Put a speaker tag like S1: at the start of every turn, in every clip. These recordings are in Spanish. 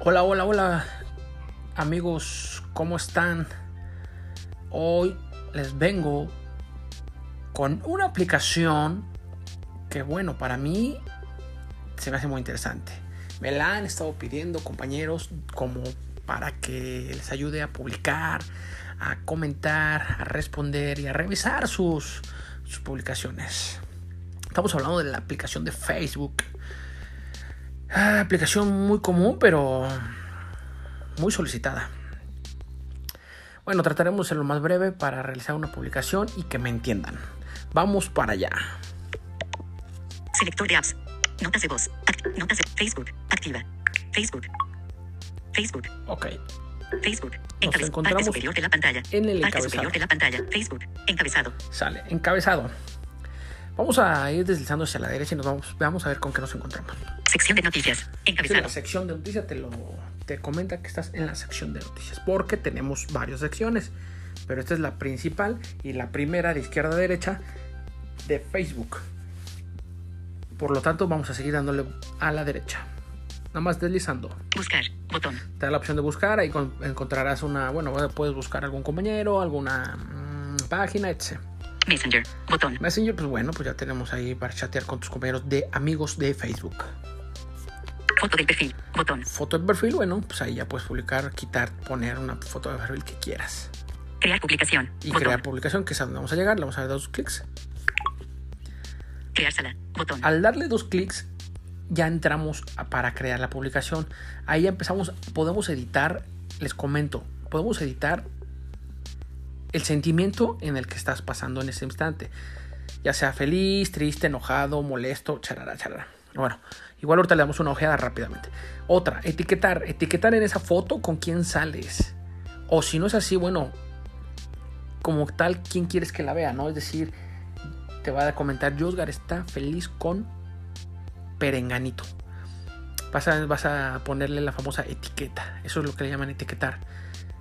S1: Hola, hola, hola amigos, ¿cómo están? Hoy les vengo con una aplicación que bueno, para mí se me hace muy interesante. Me la han estado pidiendo compañeros como para que les ayude a publicar, a comentar, a responder y a revisar sus, sus publicaciones. Estamos hablando de la aplicación de Facebook. Ah, aplicación muy común, pero muy solicitada. Bueno, trataremos en lo más breve para realizar una publicación y que me entiendan. Vamos para allá.
S2: Selector de apps. Notas de voz. Act- notas de Facebook. Activa. Facebook. Facebook.
S1: Ok.
S2: Facebook.
S1: encontramos
S2: Parte superior de la pantalla.
S1: en el
S2: Parte
S1: encabezado.
S2: superior de la pantalla. Facebook. Encabezado.
S1: Sale. Encabezado. Vamos a ir deslizando hacia la derecha y nos vamos, vamos a ver con qué nos encontramos.
S2: Sección de noticias.
S1: Sí,
S2: Encabezado.
S1: la sección de noticias te lo te comenta que estás en la sección de noticias porque tenemos varias secciones, pero esta es la principal y la primera de izquierda a derecha de Facebook. Por lo tanto, vamos a seguir dándole a la derecha. Nada más deslizando.
S2: Buscar. Botón.
S1: Te da la opción de buscar, ahí con- encontrarás una, bueno, puedes buscar algún compañero, alguna mm, página, etc.
S2: Messenger. Botón.
S1: Messenger, pues bueno, pues ya tenemos ahí para chatear con tus compañeros de amigos de Facebook.
S2: Foto del perfil. Botón.
S1: foto de perfil, bueno, pues ahí ya puedes publicar, quitar, poner una foto de perfil que quieras.
S2: Crear publicación.
S1: Y
S2: botón.
S1: crear publicación, que es a donde vamos a llegar, le vamos a dar dos clics.
S2: Crear sala. Botón.
S1: Al darle dos clics, ya entramos a- para crear la publicación. Ahí ya empezamos, podemos editar, les comento, podemos editar el sentimiento en el que estás pasando en ese instante. Ya sea feliz, triste, enojado, molesto, charara, charara. Bueno, igual ahorita le damos una ojeada rápidamente. Otra, etiquetar. Etiquetar en esa foto con quién sales. O si no es así, bueno, como tal, quién quieres que la vea, ¿no? Es decir, te va a comentar, Josgar está feliz con Perenganito. Vas a, vas a ponerle la famosa etiqueta. Eso es lo que le llaman etiquetar.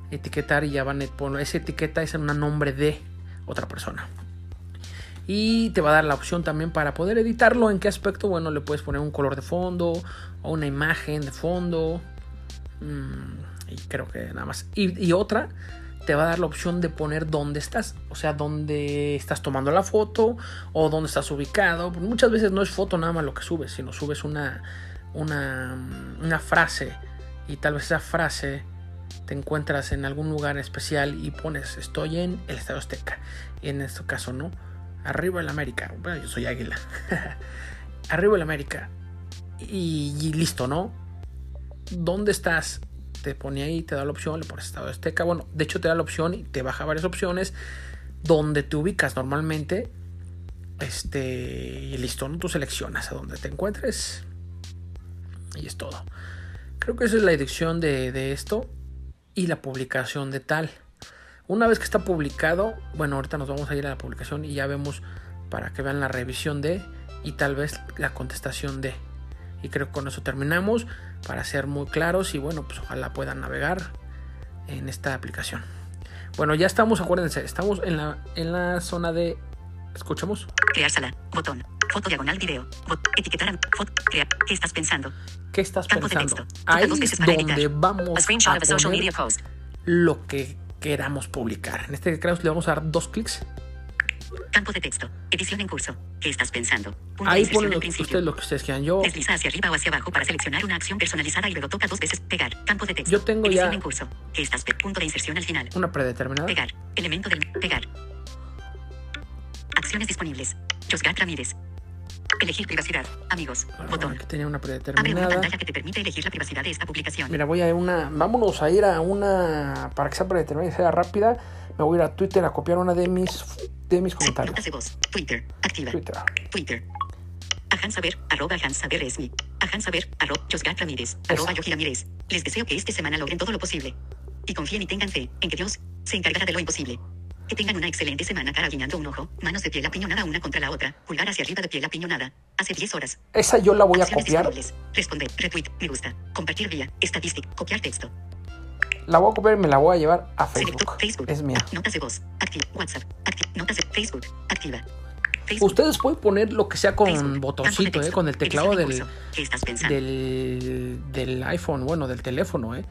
S1: Etiquetar y ya van a poner. Esa etiqueta es un nombre de otra persona. Y te va a dar la opción también para poder editarlo. ¿En qué aspecto? Bueno, le puedes poner un color de fondo o una imagen de fondo. Mm, y creo que nada más. Y, y otra, te va a dar la opción de poner dónde estás. O sea, dónde estás tomando la foto o dónde estás ubicado. Pues Muchas veces no es foto nada más lo que subes, sino subes una, una, una frase. Y tal vez esa frase te encuentras en algún lugar especial y pones estoy en el Estadio Azteca. Y en este caso, ¿no? Arriba el América. Bueno, yo soy águila. Arriba el América. Y- y listo, ¿no? ¿dónde estás? Te pone ahí, te da la opción, le pones estado azteca. Bueno, de hecho te da la opción y te baja varias opciones donde te ubicas normalmente. Este, y listo, ¿no? tú seleccionas a donde te encuentres. Y es todo. Creo que esa es la edición de, de esto y la publicación de tal. Una vez que está publicado, bueno, ahorita nos vamos a ir a la publicación y ya vemos para que vean la revisión de y tal vez la contestación de. Y creo que con eso terminamos para ser muy claros y bueno, pues ojalá puedan navegar en esta aplicación. Bueno, ya estamos, acuérdense, estamos en la, en la zona de... ¿Escuchamos?
S2: Crear sala. Botón. Foto diagonal video. Bot- etiquetar. a- Foto. Crear. ¿Qué estás pensando?
S1: ¿Qué estás
S2: Campo de
S1: pensando?
S2: texto. Toca
S1: Ahí
S2: dos veces
S1: es
S2: para
S1: donde
S2: editar. A
S1: vamos
S2: screenshot
S1: a
S2: of a social media
S1: poner
S2: post.
S1: lo que queramos publicar. En este caso le vamos a dar dos clics.
S2: Campo de texto. Edición en curso. ¿Qué estás pensando? Punto de
S1: Ahí
S2: inserción
S1: ponen
S2: al
S1: lo-
S2: principio.
S1: ustedes lo que ustedes quieran. Yo,
S2: Desliza hacia arriba o hacia abajo para seleccionar una acción personalizada y luego toca dos veces pegar. Campo de texto.
S1: Yo tengo ya-
S2: Edición en curso. ¿Qué estás pe- punto de inserción al final?
S1: una predeterminada.
S2: Pegar. Elemento del pegar. Acciones disponibles. Josgat Ramírez. Elegir privacidad. Amigos.
S1: Bueno,
S2: Botón.
S1: aquí tenía una
S2: Abre una
S1: predeterminada.
S2: pantalla que te permite elegir la privacidad de esta publicación.
S1: Mira, voy a ir una. Vámonos a ir a una. Para que sea predeterminada y sea rápida. Me voy a ir a Twitter a copiar una de mis de mis
S2: Se- Notas
S1: comentarios.
S2: de voz. Twitter. Activa.
S1: Twitter.
S2: Twitter. Ajan Saber, arroba Ajan Saber Resmi. Ajan Saber, arroba Josgat Ramírez, arroba Yogi Ramírez. Les deseo que esta semana logren todo lo posible. Y confíen y tengan fe en que Dios se encargará de lo imposible. Que tengan una excelente semana cara guiñando un ojo, manos de piel apiñonada una contra la otra, pulgar hacia arriba de piel apiñonada. Hace 10 horas.
S1: Esa yo la voy a
S2: Acciones
S1: copiar.
S2: disponibles. Responder, retweet, me gusta, compartir vía, estadística, copiar texto.
S1: La voy a copiar y me la voy a llevar a
S2: Selector,
S1: Facebook.
S2: Facebook.
S1: Es mía.
S2: Notas de voz, activa, WhatsApp, acti- notas de Facebook, activa. Facebook.
S1: Ustedes pueden poner lo que sea con
S2: Facebook, campo de
S1: botoncito, eh,
S2: texto,
S1: con el teclado
S2: edición de
S1: del,
S2: curso. ¿Qué estás pensando?
S1: del, del iPhone, bueno, del teléfono, ¿eh?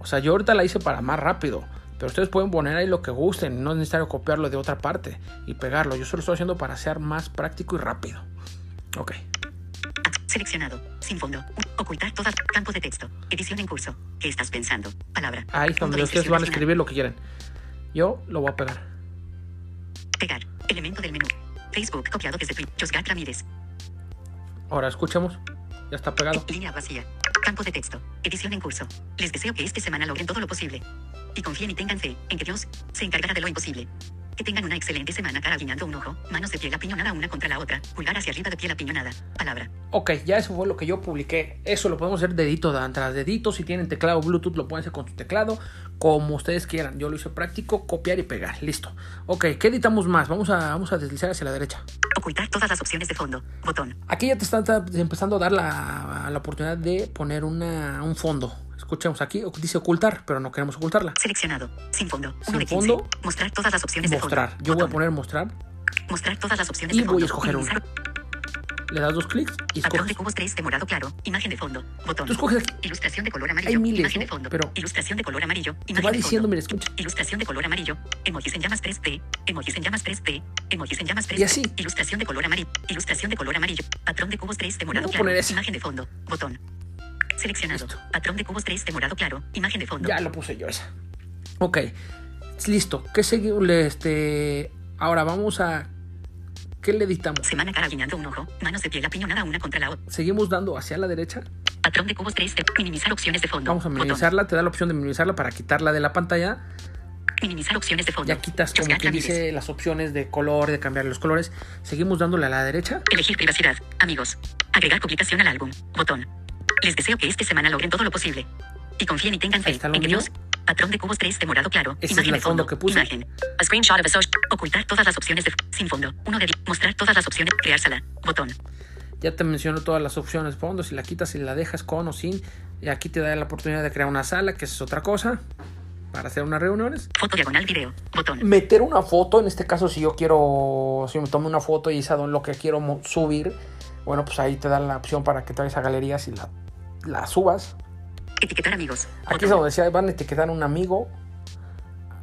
S1: O sea, yo ahorita la hice para más rápido, pero ustedes pueden poner ahí lo que gusten, no es necesario copiarlo de otra parte y pegarlo. Yo solo estoy haciendo para ser más práctico y rápido. Ok.
S2: Ac- Seleccionado. Sin fondo. U- Ocultar todas. Campo de texto. Edición en curso. ¿Qué estás pensando? Palabra.
S1: Ahí es donde
S2: Punto de
S1: ustedes
S2: inserción
S1: van a
S2: original.
S1: escribir lo que quieran. Yo lo voy a pegar.
S2: Pegar. Elemento del menú. Facebook copiado desde Twitter. Josgat Ramírez.
S1: Ahora escuchemos. Ya está pegado.
S2: Línea vacía. Campo de texto. Edición en curso. Les deseo que esta semana logren todo lo posible. Y confíen y tengan fe en que Dios se encargará de lo imposible. Que tengan una excelente semana cara guiñando un ojo, manos de piel apiñonada una contra la otra, pulgar hacia arriba de piel apiñonada. Palabra.
S1: Ok, ya eso fue lo que yo publiqué. Eso lo podemos hacer dedito de- tras dedito. Si tienen teclado Bluetooth, lo pueden hacer con su teclado, como ustedes quieran. Yo lo hice práctico, copiar y pegar. Listo. Ok, ¿qué editamos más? Vamos a, vamos a deslizar hacia la derecha.
S2: Ocultar todas las opciones de fondo. Botón.
S1: Aquí ya te están ta- empezando a dar la, la oportunidad de poner una, un fondo. Escuchemos aquí, o- dice ocultar, pero no queremos ocultarla.
S2: Seleccionado. Sin fondo.
S1: Sin
S2: 1 de 15.
S1: fondo.
S2: Mostrar todas las opciones de
S1: Mostrar.
S2: fondo.
S1: Yo voy a
S2: Botón.
S1: poner mostrar.
S2: Mostrar todas las opciones
S1: Y
S2: de fondo.
S1: voy a escoger
S2: Minimizar.
S1: Le das dos clics y
S2: Patrón de
S1: escoges.
S2: cubos 3 de morado claro. Imagen de fondo. Botón.
S1: Tú escoges aquí.
S2: Ilustración de color amarillo.
S1: Hay miles,
S2: imagen
S1: ¿no?
S2: de fondo.
S1: Pero-
S2: Ilustración de color amarillo.
S1: Te
S2: Imagen
S1: va
S2: de
S1: diciendo,
S2: fondo.
S1: mira, escucha.
S2: Ilustración de color amarillo. Emojis en llamas 3D. Emojis en llamas 3D. Emojis en llamas 3D.
S1: Y así.
S2: Ilustración de color amarillo. Ilustración de color amarillo. Patrón de cubos 3 de morado
S1: Voy a
S2: claro.
S1: poner ese.
S2: Imagen de fondo. Botón. Seleccionado.
S1: Listo.
S2: Patrón de cubos 3 de morado claro. Imagen de fondo.
S1: Ya lo puse yo esa. Ok. Listo. ¿Qué segui- le- Este. Ahora vamos a. ¿Qué le editamos?
S2: Semana cara guiñando un ojo. Manos de piel apiñonada una contra la otra.
S1: Seguimos dando hacia la derecha.
S2: Patrón de cubos 3 de minimizar opciones de fondo.
S1: Vamos a
S2: Botón.
S1: minimizarla. Te da la opción de minimizarla para quitarla de la pantalla.
S2: Minimizar opciones de fondo.
S1: Ya quitas como
S2: Josgat
S1: Pues que
S2: Ramírez.
S1: dice las opciones de color, de cambiar los colores. Seguimos dándole a la derecha.
S2: Elegir privacidad. Amigos. Agregar publicación al álbum. Botón. Les deseo que esta semana logren todo lo posible. Y confíen y tengan
S1: Ahí
S2: fe
S1: está lo
S2: en que
S1: mío.
S2: Dios. Patrón de cubos 3 de morado claro.
S1: Ese es
S2: imagen
S1: el
S2: de
S1: fondo
S2: fondo
S1: que puse.
S2: Imagen. A screenshot of a social. Ocultar todas las opciones de sin fondo. Uno de mostrar todas las opciones. Creársela. Botón.
S1: Ya te menciono todas las opciones de fondo. Si la quitas, si la dejas con o sin. Y aquí te da la oportunidad de crear una sala, que esa es otra cosa. Para hacer unas reuniones.
S2: Foto diagonal video. Botón.
S1: meter una foto, en este caso si yo quiero, si me tomo una foto y es a don- lo que quiero mo- subir, bueno, pues ahí te dan la opción para que traigas a galerías y la, la subas.
S2: Etiquetar amigos.
S1: Aquí es
S2: Botón.
S1: donde decía, van a etiquetar un amigo.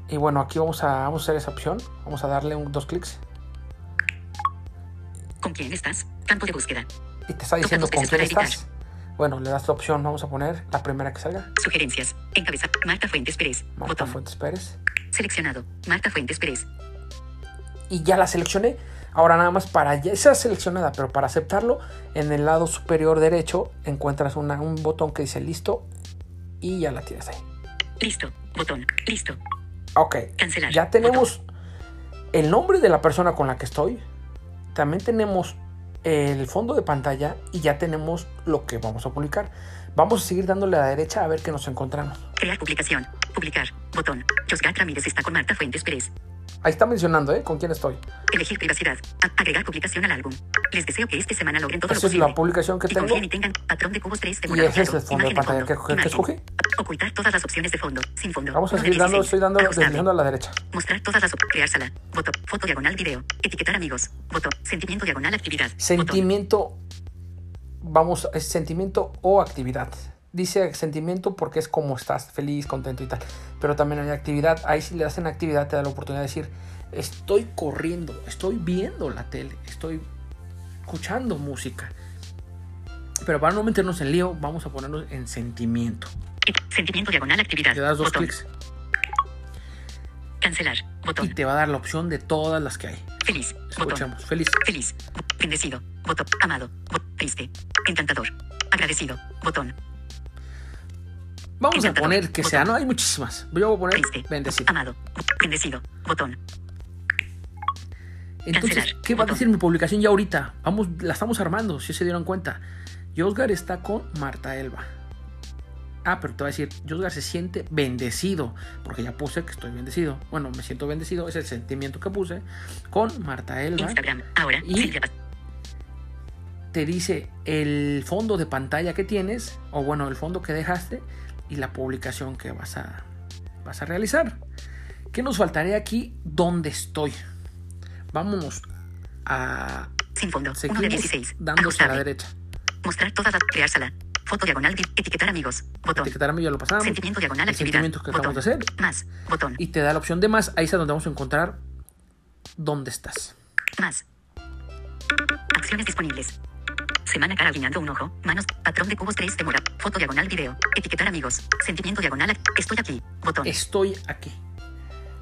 S1: Y bueno, aquí vamos a, vamos a hacer esa opción. Vamos a darle un, dos clics.
S2: ¿Con quién estás? Campo de búsqueda.
S1: Y te está diciendo
S2: dos
S1: con
S2: veces
S1: quién
S2: para editar.
S1: estás. Bueno, le das la opción, vamos a poner la primera que salga.
S2: Sugerencias. Encabeza. Marta Fuentes Pérez.
S1: Marta
S2: Botón.
S1: Fuentes Pérez.
S2: Seleccionado. Marta Fuentes Pérez.
S1: y ya la seleccioné. Ahora nada más para ya sea seleccionada, pero para aceptarlo, en el lado superior derecho encuentras una- un botón que dice listo y ya la tienes ahí.
S2: Listo. Botón. Listo.
S1: Ok,
S2: Cancelar.
S1: ya tenemos el nombre de la persona con la que estoy, también tenemos el fondo de pantalla y ya tenemos lo que vamos a publicar. Vamos a seguir dándole a la derecha a ver qué nos encontramos.
S2: Crear publicación. Publicar. Botón. Josgat Ramírez está con Marta Fuentes Pérez.
S1: Ahí está mencionando, ¿eh? ¿Con quién estoy?
S2: Elegir privacidad. A- agregar publicación al álbum. Les deseo que esta semana logren todo lo
S1: Esa es
S2: posible.
S1: la publicación que
S2: pues y
S1: tengo.
S2: confíen y tengan patrón de cubos 3 de
S1: Y
S2: morado
S1: ese es
S2: claro,
S1: el fondo de
S2: imagen
S1: pantalla que- que
S2: imagen.
S1: escogí.
S2: Ocultar todas las opciones de fondo. Sin fondo.
S1: Vamos a
S2: Uno de
S1: seguir dando,
S2: 16.
S1: estoy dando,
S2: Ajustable.
S1: deslizando a la derecha.
S2: Mostrar todas las op- Crear sala. Botón. Foto diagonal video. Etiquetar amigos. Botón. Sentimiento diagonal actividad. Botón.
S1: Sentimiento, vamos, es sentimiento o actividad. Dice sentimiento porque es como estás, feliz, contento y tal. Pero también hay actividad. Ahí si le hacen actividad te da la oportunidad de decir, estoy corriendo, estoy viendo la tele, estoy escuchando música. Pero para no meternos en lío, vamos a ponernos en sentimiento.
S2: Et- Sentimiento diagonal actividad.
S1: Le das dos
S2: Botón.
S1: clics
S2: Cancelar.
S1: y
S2: Botón.
S1: te va a dar la opción de todas las que hay.
S2: Feliz. Botón.
S1: Escuchamos, feliz.
S2: Feliz. Bendecido. Botón. Amado. Bot- Triste. Encantador. Agradecido. Botón.
S1: Vamos a
S2: Encantador.
S1: poner que sea, no hay muchísimas. Yo voy a
S2: Triste.
S1: poner bendecido.
S2: Amado. Bendecido. Botón.
S1: Entonces,
S2: Cancelar.
S1: ¿qué va a
S2: Botón.
S1: decir mi publicación ya ahorita? Vamos, la estamos armando, si se dieron cuenta. Josgar está con Marta Elba. Ah, pero te va a decir, Josgar se siente bendecido, porque ya puse que estoy bendecido. Bueno, me siento bendecido, es el sentimiento que puse con Marta Elba.
S2: Instagram. Ahora.
S1: Y-
S2: Silvia Paz.
S1: Te dice el fondo de pantalla que tienes, o bueno, el fondo que dejaste y la publicación que vas a, vas a realizar. ¿Qué nos faltaría aquí? ¿Dónde estoy? Vámonos a
S2: Sin fondo. 1 de
S1: seguimos
S2: 16.
S1: dándose a la
S2: Ajustable.
S1: derecha.
S2: Mostrar todas las. Crear sala. Foto diagonal. di- Etiquetar amigos. Botón.
S1: Etiquetarme ya lo pasamos.
S2: Sentimiento diagonal.
S1: El
S2: Actividad.
S1: sentimiento que acabamos
S2: Botón.
S1: de hacer.
S2: Más. Botón.
S1: Y te da la opción de más. Ahí es donde vamos a encontrar dónde estás.
S2: Más. Acciones disponibles. Semana cara guiñando un ojo. Manos. Patrón de cubos 3 de mora. Foto diagonal video. Etiquetar amigos. Sentimiento diagonal. Estoy aquí. Botón.
S1: Estoy aquí.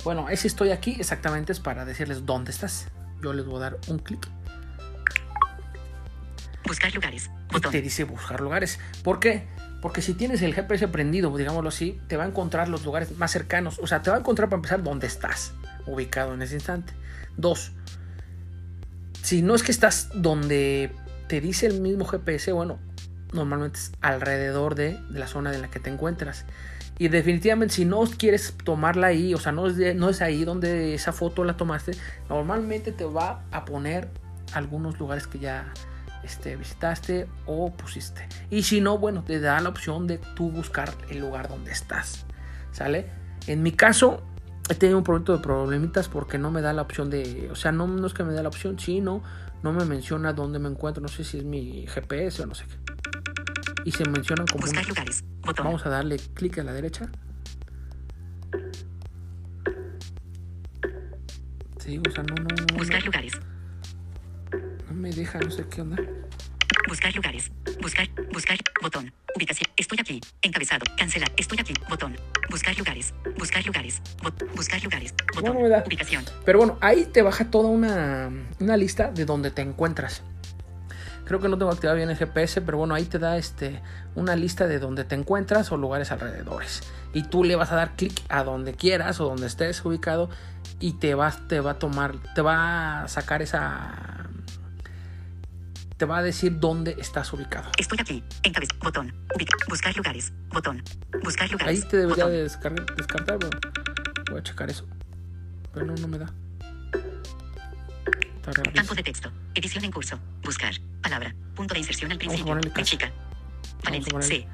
S1: Bueno, ese estoy aquí exactamente es para decirles dónde estás. Yo les voy a dar un clic
S2: Buscar lugares.
S1: y Pues te
S2: Botón.
S1: dice buscar lugares. ¿Por qué? Porque si tienes el GPS prendido, digámoslo así, te va a encontrar los lugares más cercanos. O sea, te va a encontrar para empezar dónde estás ubicado en ese instante. Dos, si no es que estás donde te dice el mismo GPS, bueno, normalmente es alrededor de, de la zona en la que te encuentras. Y definitivamente si no quieres tomarla ahí, o sea, no es, de- no es ahí donde esa foto la tomaste, normalmente te va a poner algunos lugares que ya este, visitaste o pusiste. Y si no, bueno, te da la opción de tú buscar el lugar donde estás. ¿Sale? En mi caso, he tenido un poquito de problemitas porque no me da la opción de... O sea, no, no es que me dé la opción, sino no me menciona dónde me encuentro. No sé si es mi GPS o no sé qué. Y se mencionan como... un-
S2: Buscar lugares. Botón.
S1: Vamos a darle clic a la derecha. Sí, o sea, no, no, no, no,
S2: Buscar lugares.
S1: no me deja, no sé qué onda.
S2: Buscar lugares. Buscar. Buscar. Botón. Ubicación. Estoy aquí. Encabezado. Cancelar. Estoy aquí. Botón. Buscar lugares. Buscar lugares. Bot- Buscar lugares. Botón.
S1: no me da.
S2: Ubicación.
S1: Pero bueno, ahí te baja toda una, una lista de donde te encuentras. Creo que no tengo activado bien el GPS, pero bueno, ahí te da este, una lista de donde te encuentras o lugares alrededores. Y tú le vas a dar clic a donde quieras o donde estés ubicado y te, vas, te va a tomar, te va a sacar esa... Te va a decir dónde estás ubicado.
S2: Estoy aquí. Encabezado. Botón. Ubica- Buscar lugares. Botón. Buscar
S1: Ahí
S2: lugares.
S1: te debería
S2: botón.
S1: de descargar- descartar, pero voy a checar eso. Pero no, no me da. Está raro.
S2: Campo de texto. Edición en curso. Buscar. Palabra. Punto de inserción al
S1: Vamos a
S2: principio.
S1: ponerle
S2: B
S1: casa.
S2: chica. Valencia.
S1: ponerle-
S2: C.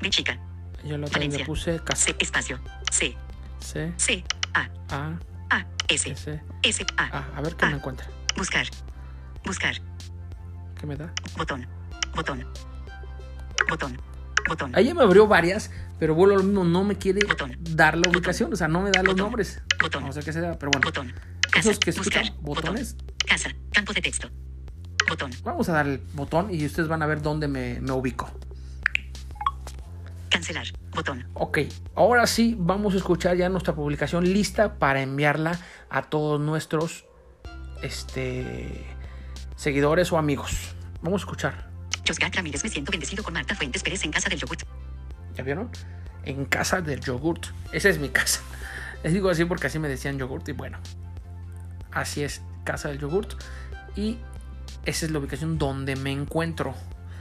S2: B chica.
S1: Yo la otra vez le
S2: Valencia.
S1: puse casa.
S2: C. Espacio. C.
S1: C,
S2: C. A.
S1: A,
S2: A. S.
S1: S,
S2: S. A.
S1: A. A ver qué me
S2: Ah.
S1: encuentra.
S2: Buscar. Buscar.
S1: ¿Qué me da?
S2: Botón. Botón. Botón. Botón.
S1: Ahí ya me abrió varias, pero vuelvo a lo mismo. No me quiere
S2: Botón.
S1: dar la ubicación. O sea, no me da los
S2: Botón.
S1: nombres.
S2: Botón.
S1: No sé qué sea, pero bueno.
S2: Botón. Casa.
S1: Esos que
S2: buscar.
S1: escuchan botones.
S2: Botón. Casa. Campo de texto. Botón.
S1: Vamos a dar el botón y ustedes van a ver dónde me, me ubico.
S2: Cancelar. Botón.
S1: Ok, ahora sí vamos a escuchar ya nuestra publicación lista para enviarla a todos nuestros este, seguidores o amigos. Vamos a escuchar.
S2: Josgat Ramírez, me siento bendecido con Marta Fuentes Pérez en casa del yogurt.
S1: ¿Ya vieron? En casa del yogurt. Esa es mi casa. Les digo así porque así me decían yogurt y bueno. Así es, casa del yogurt. Y esa es la ubicación donde me encuentro.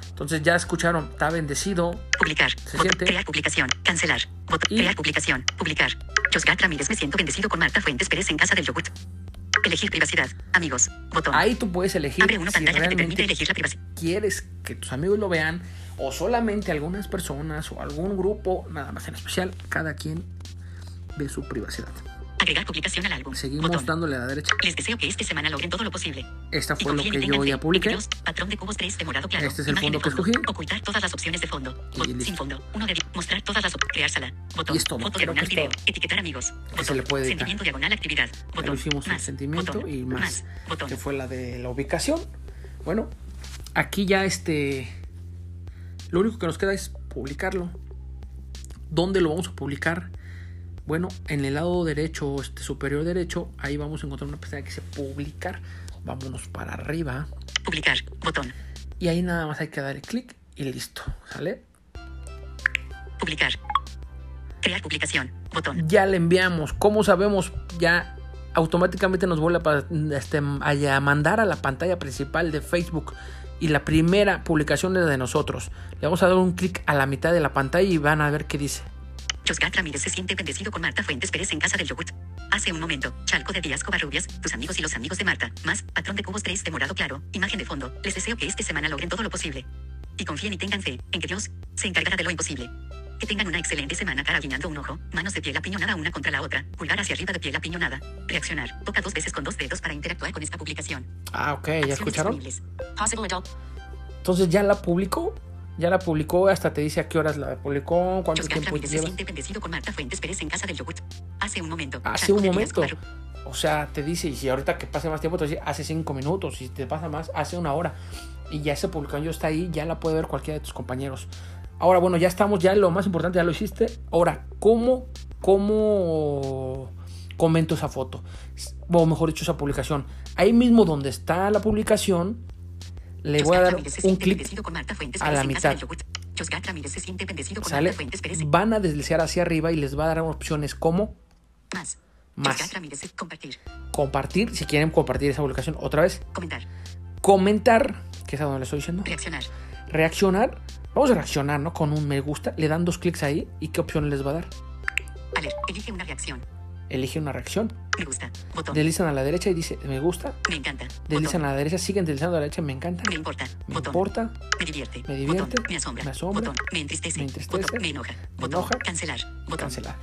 S1: Entonces ya escucharon, está bendecido.
S2: Publicar.
S1: Se
S2: Bot-
S1: siente.
S2: Crear publicación. Cancelar. Bot-
S1: Y-
S2: Crear publicación. Publicar. Josgat Ramírez, me siento bendecido con Marta Fuentes Pérez en casa del yogurt. Elegir privacidad. Amigos. Botón.
S1: Ahí tú puedes elegir
S2: Abre una
S1: si
S2: pantalla que te permite
S1: realmente
S2: elegir la privacidad.
S1: quieres que tus amigos lo vean o solamente algunas personas o algún grupo, nada más en especial, cada quien ve su privacidad.
S2: Agregar publicación al álbum.
S1: Seguimos
S2: Botón.
S1: dándole a la derecha.
S2: Les deseo que esta semana logren todo lo posible.
S1: Esta
S2: Y
S1: fue lo
S2: confíen y
S1: que
S2: tengan
S1: yo
S2: fe.
S1: ya publiqué.
S2: 22, patrón de cubos 3 de morado claro.
S1: Este es el
S2: Imagen
S1: fondo
S2: de
S1: que escogí.
S2: Ocultar todas las opciones de fondo.
S1: Y
S2: Bot-
S1: listo.
S2: sin fondo. Uno de mostrar todas las opciones. Crear sala. Botón.
S1: Y es todo.
S2: Foto
S1: Creo que
S2: diagonal
S1: es
S2: video.
S1: todo.
S2: Etiquetar amigos. Botón.
S1: se le puede editar.
S2: Sentimiento diagonal actividad.
S1: Ya
S2: Botón.
S1: lo hicimos el
S2: Más.
S1: sentimiento
S2: Botón.
S1: y más,
S2: Botón.
S1: que fue la de la ubicación. Bueno, aquí ya este, lo único que nos queda es publicarlo. ¿Dónde lo vamos a publicar? Bueno, en el lado derecho, este superior derecho, ahí vamos a encontrar una pestaña que dice publicar. Vámonos para arriba.
S2: Publicar. Botón.
S1: Y ahí nada más hay que darle clic y listo, ¿sale?
S2: Publicar. Crear publicación. Botón.
S1: Ya le enviamos. Como sabemos? Ya automáticamente nos vuelve a, pa- este, a ya mandar a la pantalla principal de Facebook. Y la primera publicación es la de nosotros. Le vamos a dar un clic a la mitad de la pantalla y van a ver qué dice.
S2: Josgat Ramírez se siente bendecido con Marta Fuentes Pérez en casa del yogurt. Hace un momento, Chalco de Díaz Covarrubias, tus amigos y los amigos de Marta, más patrón de cubos 3 de morado claro, imagen de fondo. Les deseo que esta semana logren todo lo posible. Y confíen y tengan fe en que Dios se encargará de lo imposible. Que tengan una excelente semana carabinando un ojo, manos de piel apiñonada una contra la otra, pulgar hacia arriba de piel apiñonada. Reaccionar. Toca dos veces con dos dedos para interactuar con esta publicación.
S1: Ah, ok, ¿ya
S2: Acciones
S1: escucharon?
S2: disponibles. Possible adult.
S1: Entonces ya la publicó, ya la publicó, hasta te dice a qué horas la publicó, cuánto
S2: Josgar
S1: tiempo
S2: Ramírez se
S1: lleva.
S2: siente bendecido con Marta Fuentes Pérez en casa del yogurt. Hace un momento.
S1: Hace
S2: Shampoo
S1: un
S2: de Díaz
S1: momento.
S2: Covarro.
S1: O sea, te dice, y si ahorita que pase más tiempo, te dice, hace cinco minutos, si te pasa más, hace una hora. Y ya esa publicación ya está ahí, ya la puede ver cualquiera de tus compañeros. Ahora, bueno, ya estamos, ya lo más importante, ya lo hiciste. Ahora, ¿cómo, cómo comento esa foto? O mejor dicho, esa publicación. Ahí mismo donde está la publicación, le voy a
S2: Josgar
S1: dar
S2: Ramírez se
S1: un
S2: siente
S1: clic
S2: bendecido con Marta Fuentes
S1: a
S2: Pérez
S1: la
S2: en
S1: mitad.
S2: casa del yogurt. Josgar Ramírez se siente bendecido con
S1: sale,
S2: Marta Fuentes Pérez.
S1: van a deslizar hacia arriba y les va a dar opciones como
S2: Más.
S1: Más.
S2: Josgar Ramírez se- compartir.
S1: compartir, si quieren compartir esa publicación otra vez,
S2: Comentar.
S1: comentar, que es a donde le estoy diciendo,
S2: Reaccionar.
S1: reaccionar, vamos a reaccionar, ¿no? Con un me gusta, le dan dos clics ahí y qué opción les va a dar.
S2: Alert. Elige una reacción.
S1: Elige una reacción,
S2: Me gusta. Botón.
S1: deslizan a la derecha y dice me gusta,
S2: Me encanta.
S1: deslizan
S2: Botón.
S1: a la derecha, siguen deslizando a la derecha, me encanta,
S2: Me importa.
S1: me
S2: Botón.
S1: importa,
S2: Me divierte.
S1: Me divierte.
S2: Botón. Me asombra.
S1: Me asombra.
S2: Botón. Me entristece.
S1: Me entristece.
S2: Botón. Me enoja.
S1: Me
S2: Botón.
S1: enoja.
S2: Cancelar. Botón.
S1: cancelar.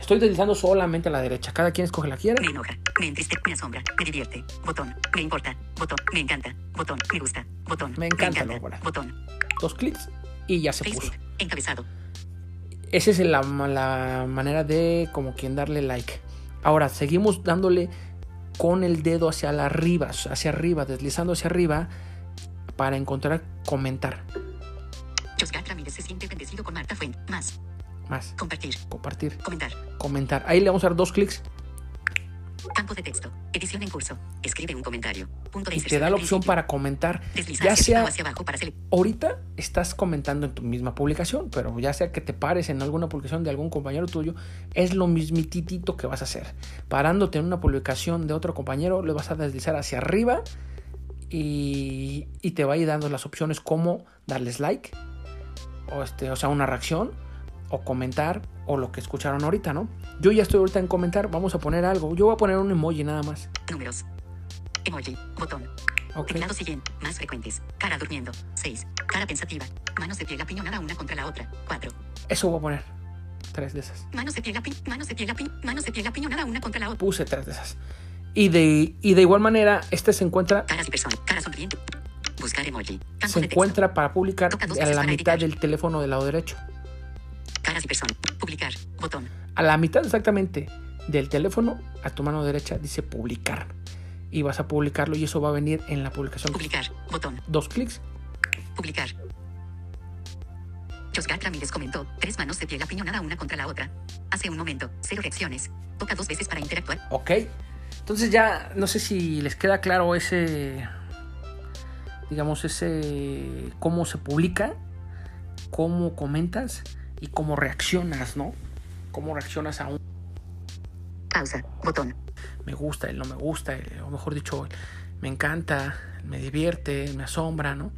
S1: Estoy deslizando solamente a la derecha, cada quien escoge la que quiera.
S2: Me enoja. Me entristece. Me asombra. Me divierte. Botón. Me importa. Botón. Me encanta. Botón. Me gusta. Botón.
S1: Me encanta, Bárbara.
S2: Botón.
S1: dos clics y ya se puso.
S2: Facebook. Encabezado.
S1: Esa es la, la manera de como quien darle like. Ahora, seguimos dándole con el dedo hacia la arriba, hacia arriba, deslizando hacia arriba para encontrar comentar
S2: Josgat Ramírez se siente bendecido con Marta Fuente. Más.
S1: más,
S2: Compartir.
S1: compartir,
S2: Comentar.
S1: comentar. Ahí le vamos a dar dos clics
S2: Campo de texto. Edición en curso. Escribe un comentario. Punto de
S1: y te
S2: inserción
S1: da
S2: al
S1: la opción
S2: principio.
S1: para comentar.
S2: Desliza
S1: Ya
S2: hacia arriba o
S1: sea
S2: hacia abajo para seleccionar.
S1: ahorita estás comentando en tu misma publicación, pero ya sea que te pares en alguna publicación de algún compañero tuyo, es lo mismititito que vas a hacer. Parándote en una publicación de otro compañero, le vas a deslizar hacia arriba y, y te va a ir dando las opciones como darles like, o, este, o sea, una reacción, o comentar, o lo que escucharon ahorita, ¿no? Yo ya estoy ahorita en comentar, vamos a poner algo. Yo voy a poner un emoji nada más.
S2: Números. Emoji. Botón.
S1: Ok.
S2: Teclado siguiente. Más frecuentes. Cara durmiendo. 6. Cara pensativa. Manos de piel apiñonada una contra la otra. 4.
S1: Eso voy a poner. Tres de esas.
S2: Manos de piel apiñonada. Manos de piel apiñonada. Manos de piel apiñonada una contra la otra.
S1: puse tres de esas. Y de, y de igual manera, este se encuentra,
S2: Caras y personas. Cara sonriente. Buscar emoji. Campo
S1: se
S2: de texto.
S1: encuentra para publicar
S2: Toca dos
S1: a
S2: veces
S1: la
S2: para
S1: mitad
S2: editar.
S1: del teléfono del lado derecho.
S2: Caras y personas. Publicar. Botón.
S1: A la mitad exactamente del teléfono a tu mano derecha dice publicar. Y vas a publicarlo y eso va a venir en la publicación.
S2: Publicar. Botón.
S1: Dos clics.
S2: Publicar. Josgat Ramírez comentó. Tres manos de piel apiñonada una contra la otra. Hace un momento. Cero reacciones. Toca dos veces para interactuar.
S1: Ok. Entonces ya no sé si les queda claro ese, digamos, ese, cómo se publica, cómo comentas y cómo reaccionas, ¿no? Cómo reaccionas a un...
S2: Pausa. Botón.
S1: me gusta, el no me gusta, el- o mejor dicho, el me encanta, el me divierte, el me asombra, ¿no?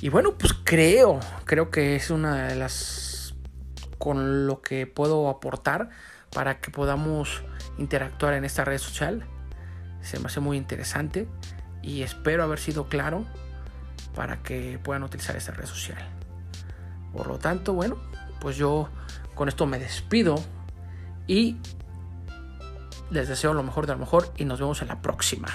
S1: Y bueno, pues creo, creo que es una de las con lo que puedo aportar para que podamos interactuar en esta red social. Se me hace muy interesante y espero haber sido claro para que puedan utilizar esta red social. Por lo tanto, bueno, pues yo con esto me despido y les deseo lo mejor de lo mejor y nos vemos en la próxima.